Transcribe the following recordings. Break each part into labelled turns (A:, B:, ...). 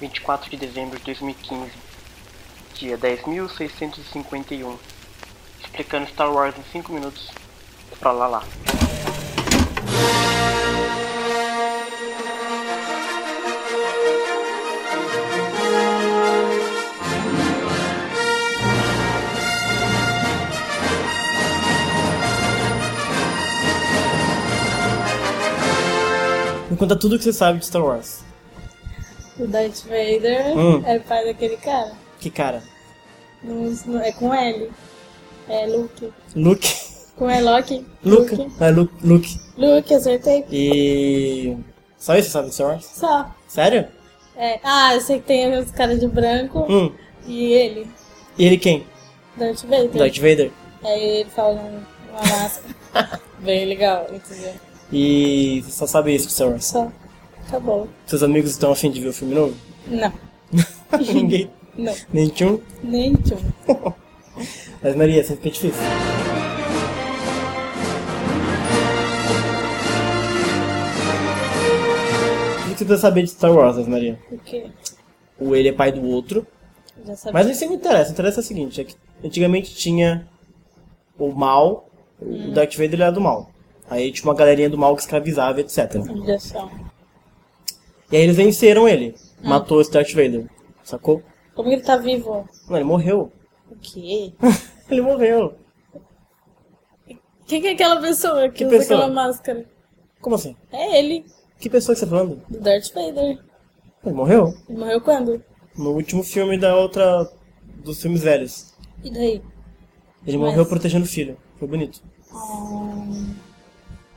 A: 24 de dezembro de 2015, dia 10.651. Explicando Star Wars em 5 minutos. Pra lá lá.
B: Me conta tudo que você sabe de Star Wars.
C: O Darth Vader
B: Hum.
C: é pai daquele cara.
B: Que cara?
C: Não- não- é com L. É Luke.
B: Luke.
C: Com E Loki.
B: Luke.
C: Luke.
B: É, Luke. Luke.
C: Luke, acertei.
B: E. Só isso você sabe de Star Wars?
C: Só.
B: Sério?
C: É, ah, eu sei que tem os caras de branco.
B: Hum.
C: E ele,
B: E ele quem?
C: Darth Vader.
B: Darth Vader.
C: Aí ele fala um- uma máscara. Bem legal, entendeu?
B: E você só sabe isso de Star Wars.
C: Só. Acabou.
B: Seus amigos estão afim de ver o filme novo?
C: Não.
B: Ninguém.
C: Não.
B: Nem tchum.
C: Nem um. tchum.
B: Mas Maria, sempre fica difícil. O que você precisa saber de Star Wars, Ave Maria?
C: O quê?
B: O ele é pai do outro,
C: Já sabia.
B: Mas isso não interessa. O interessa é o seguinte: é que antigamente tinha o mal, o Darth Vader ele era do mal. Aí tinha uma galerinha do mal que escravizava, etc.
C: Já só.
B: E aí eles venceram ele. Matou esse Darth Vader. Sacou?
C: Como ele tá vivo?
B: Não, ele morreu.
C: O quê?
B: Hum. Ele morreu.
C: Quem que é aquela pessoa que,
B: Que
C: usa
B: pessoa?
C: aquela máscara?
B: Como assim?
C: É ele,
B: Que pessoa que você tá falando?
C: do Darth Vader.
B: Ele morreu.
C: Ele morreu quando?
B: No último filme da outra. dos filmes velhos.
C: E daí?
B: Ele
C: Mas-
B: morreu protegendo o filho. Foi bonito.
C: Ah,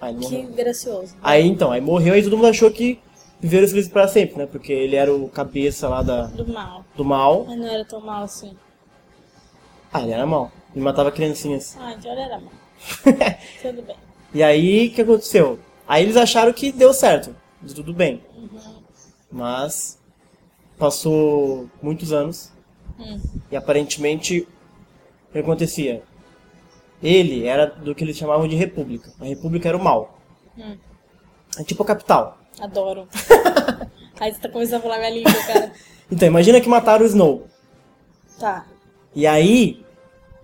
B: Aí ele morreu.
C: que gracioso.
B: Aí então, aí morreu e todo mundo achou que viveram os felizes pra sempre, né? Porque ele era o cabeça lá da,
C: Do mal.
B: do mal.
C: Mas não era tão mal assim.
B: Ah, ele era mal. Ele matava criancinhas.
C: Ah, então ele era mal. Tudo bem.
B: E aí, o que aconteceu? Aí eles acharam que deu certo. deu Tudo bem. Mas passou muitos anos.
C: Hum.
B: E aparentemente, o que acontecia? Ele era do que eles chamavam de república. A república era o mal.
C: Hum.
B: É tipo a capital.
C: Adoro. Aí você tá começando a falar minha língua, cara.
B: Então, imagina que mataram o Snow.
C: Tá.
B: E aí,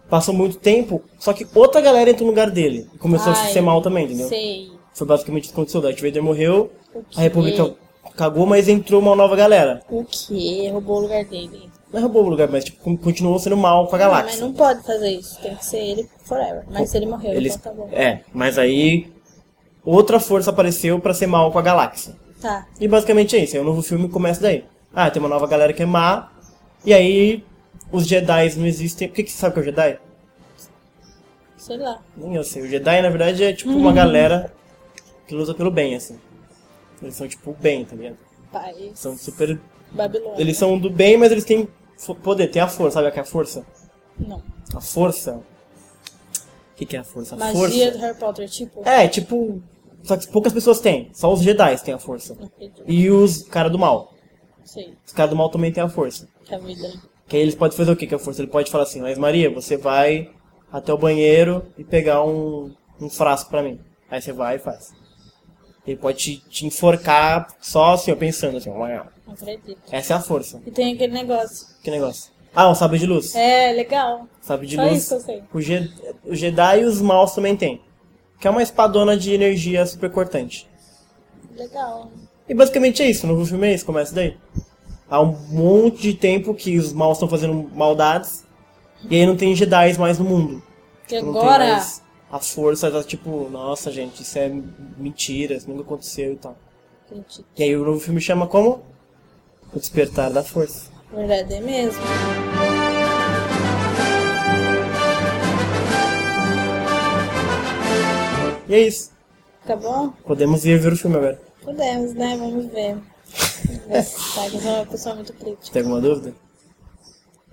B: passou muito tempo, só que outra galera entrou no lugar dele. E começou a
C: Ai,
B: ser mal também, entendeu?
C: Sei.
B: Foi basicamente o que aconteceu. Darth Vader morreu,
C: O
B: a
C: quê?
B: República é cagou, mas entrou uma nova galera.
C: O quê? Roubou o lugar dele.
B: Não roubou o lugar, mas tipo, con- continuou sendo mal com a
C: Não, Ah, mas
B: galáxia.
C: não pode fazer isso. Tem que ser ele forever. Mas ele morreu,
B: Eles-
C: então tá bom.
B: É, mas aí outra força apareceu pra ser mal com a galáxia.
C: Tá.
B: E basicamente é isso. Aí o novo filme começa daí. Ah, tem uma nova galera que é má, e aí os Jedi não existem. Por que, que você sabe que é o Jedi?
C: Sei lá.
B: Nem eu sei. O Jedi, na verdade, é tipo
C: Uhum.
B: uma galera que luta pelo bem, assim. Eles são tipo o bem, tá ligado?
C: Pai.
B: São super
C: Babilônia.
B: Eles são do bem, mas eles têm fo- poder, tem a força, sabe o que é a força?
C: Não.
B: A força. O que, que é a força? A
C: Magia do
B: força.
C: Harry Potter, tipo.
B: É, tipo. Só que poucas pessoas têm. Só os Jedi têm a força.
C: Não acredito.
B: E os cara do mal.
C: Sei.
B: Os cara do mal também têm a força.
C: Que a vida.
B: Que aí eles podem fazer o que que é a força? Ele pode falar assim, mas Maria, você vai até o banheiro e pegar um, um frasco pra mim. Aí você vai e faz. Ele pode te, te enforcar só assim, ó, pensando assim, ó.
C: Não acredito.
B: Essa é a força.
C: E tem aquele negócio.
B: Que negócio? Ah, um sabre de luz.
C: É, legal.
B: Sabe de
C: Só
B: luz.
C: isso que eu sei.
B: O, Je- o Jedi e os maus também tem. Que é uma espadona de energia super cortante.
C: Legal.
B: E basicamente é isso, o novo filme é isso, começa daí. Há um monte de tempo que os maus estão fazendo maldades. E aí não tem Jedi mais no mundo.
C: Que
B: Não
C: agora.
B: tem mais a força tá tipo, nossa gente, isso é mentira, isso nunca aconteceu e tal.
C: Acredito.
B: E aí o novo filme chama como? O Despertar da Força.
C: Verdade é mesmo.
B: E é isso.
C: Tá bom?
B: Podemos ir ver o filme agora.
C: Podemos, né? Vamos ver. Vamos ver se Tá, que eu sou uma pessoa muito crítica.
B: Tem alguma dúvida?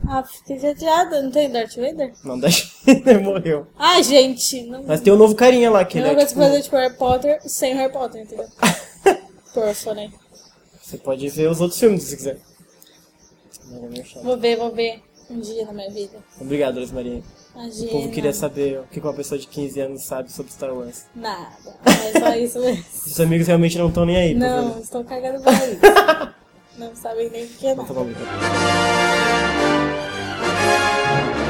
C: Ah, fiquei chateada. Não tem Darth Vader?
B: Não, da China morreu.
C: Ah, gente! Não...
B: Mas tem o novo carinha lá que
C: Eu
B: ele
C: não
B: é,
C: gosto de
B: tipo,
C: fazer tipo Harry Potter sem Harry Potter, entendeu? Porfone.
B: Você pode ver os outros filmes se você quiser. Não, é meu chato.
C: Vou ver, vou ver. Um dia na minha vida.
B: Obrigado, Luiz Maria.
C: Imagina.
B: O povo queria saber o que uma pessoa de 15 anos sabe sobre Star Wars.
C: Nada. É só isso mesmo.
B: Seus amigos realmente não estão nem aí, tá pra
C: não,
B: ver.
C: estou cagando pra isso.
B: Não sabem nem o que é
C: Não tô
B: tá nada.
C: maluca.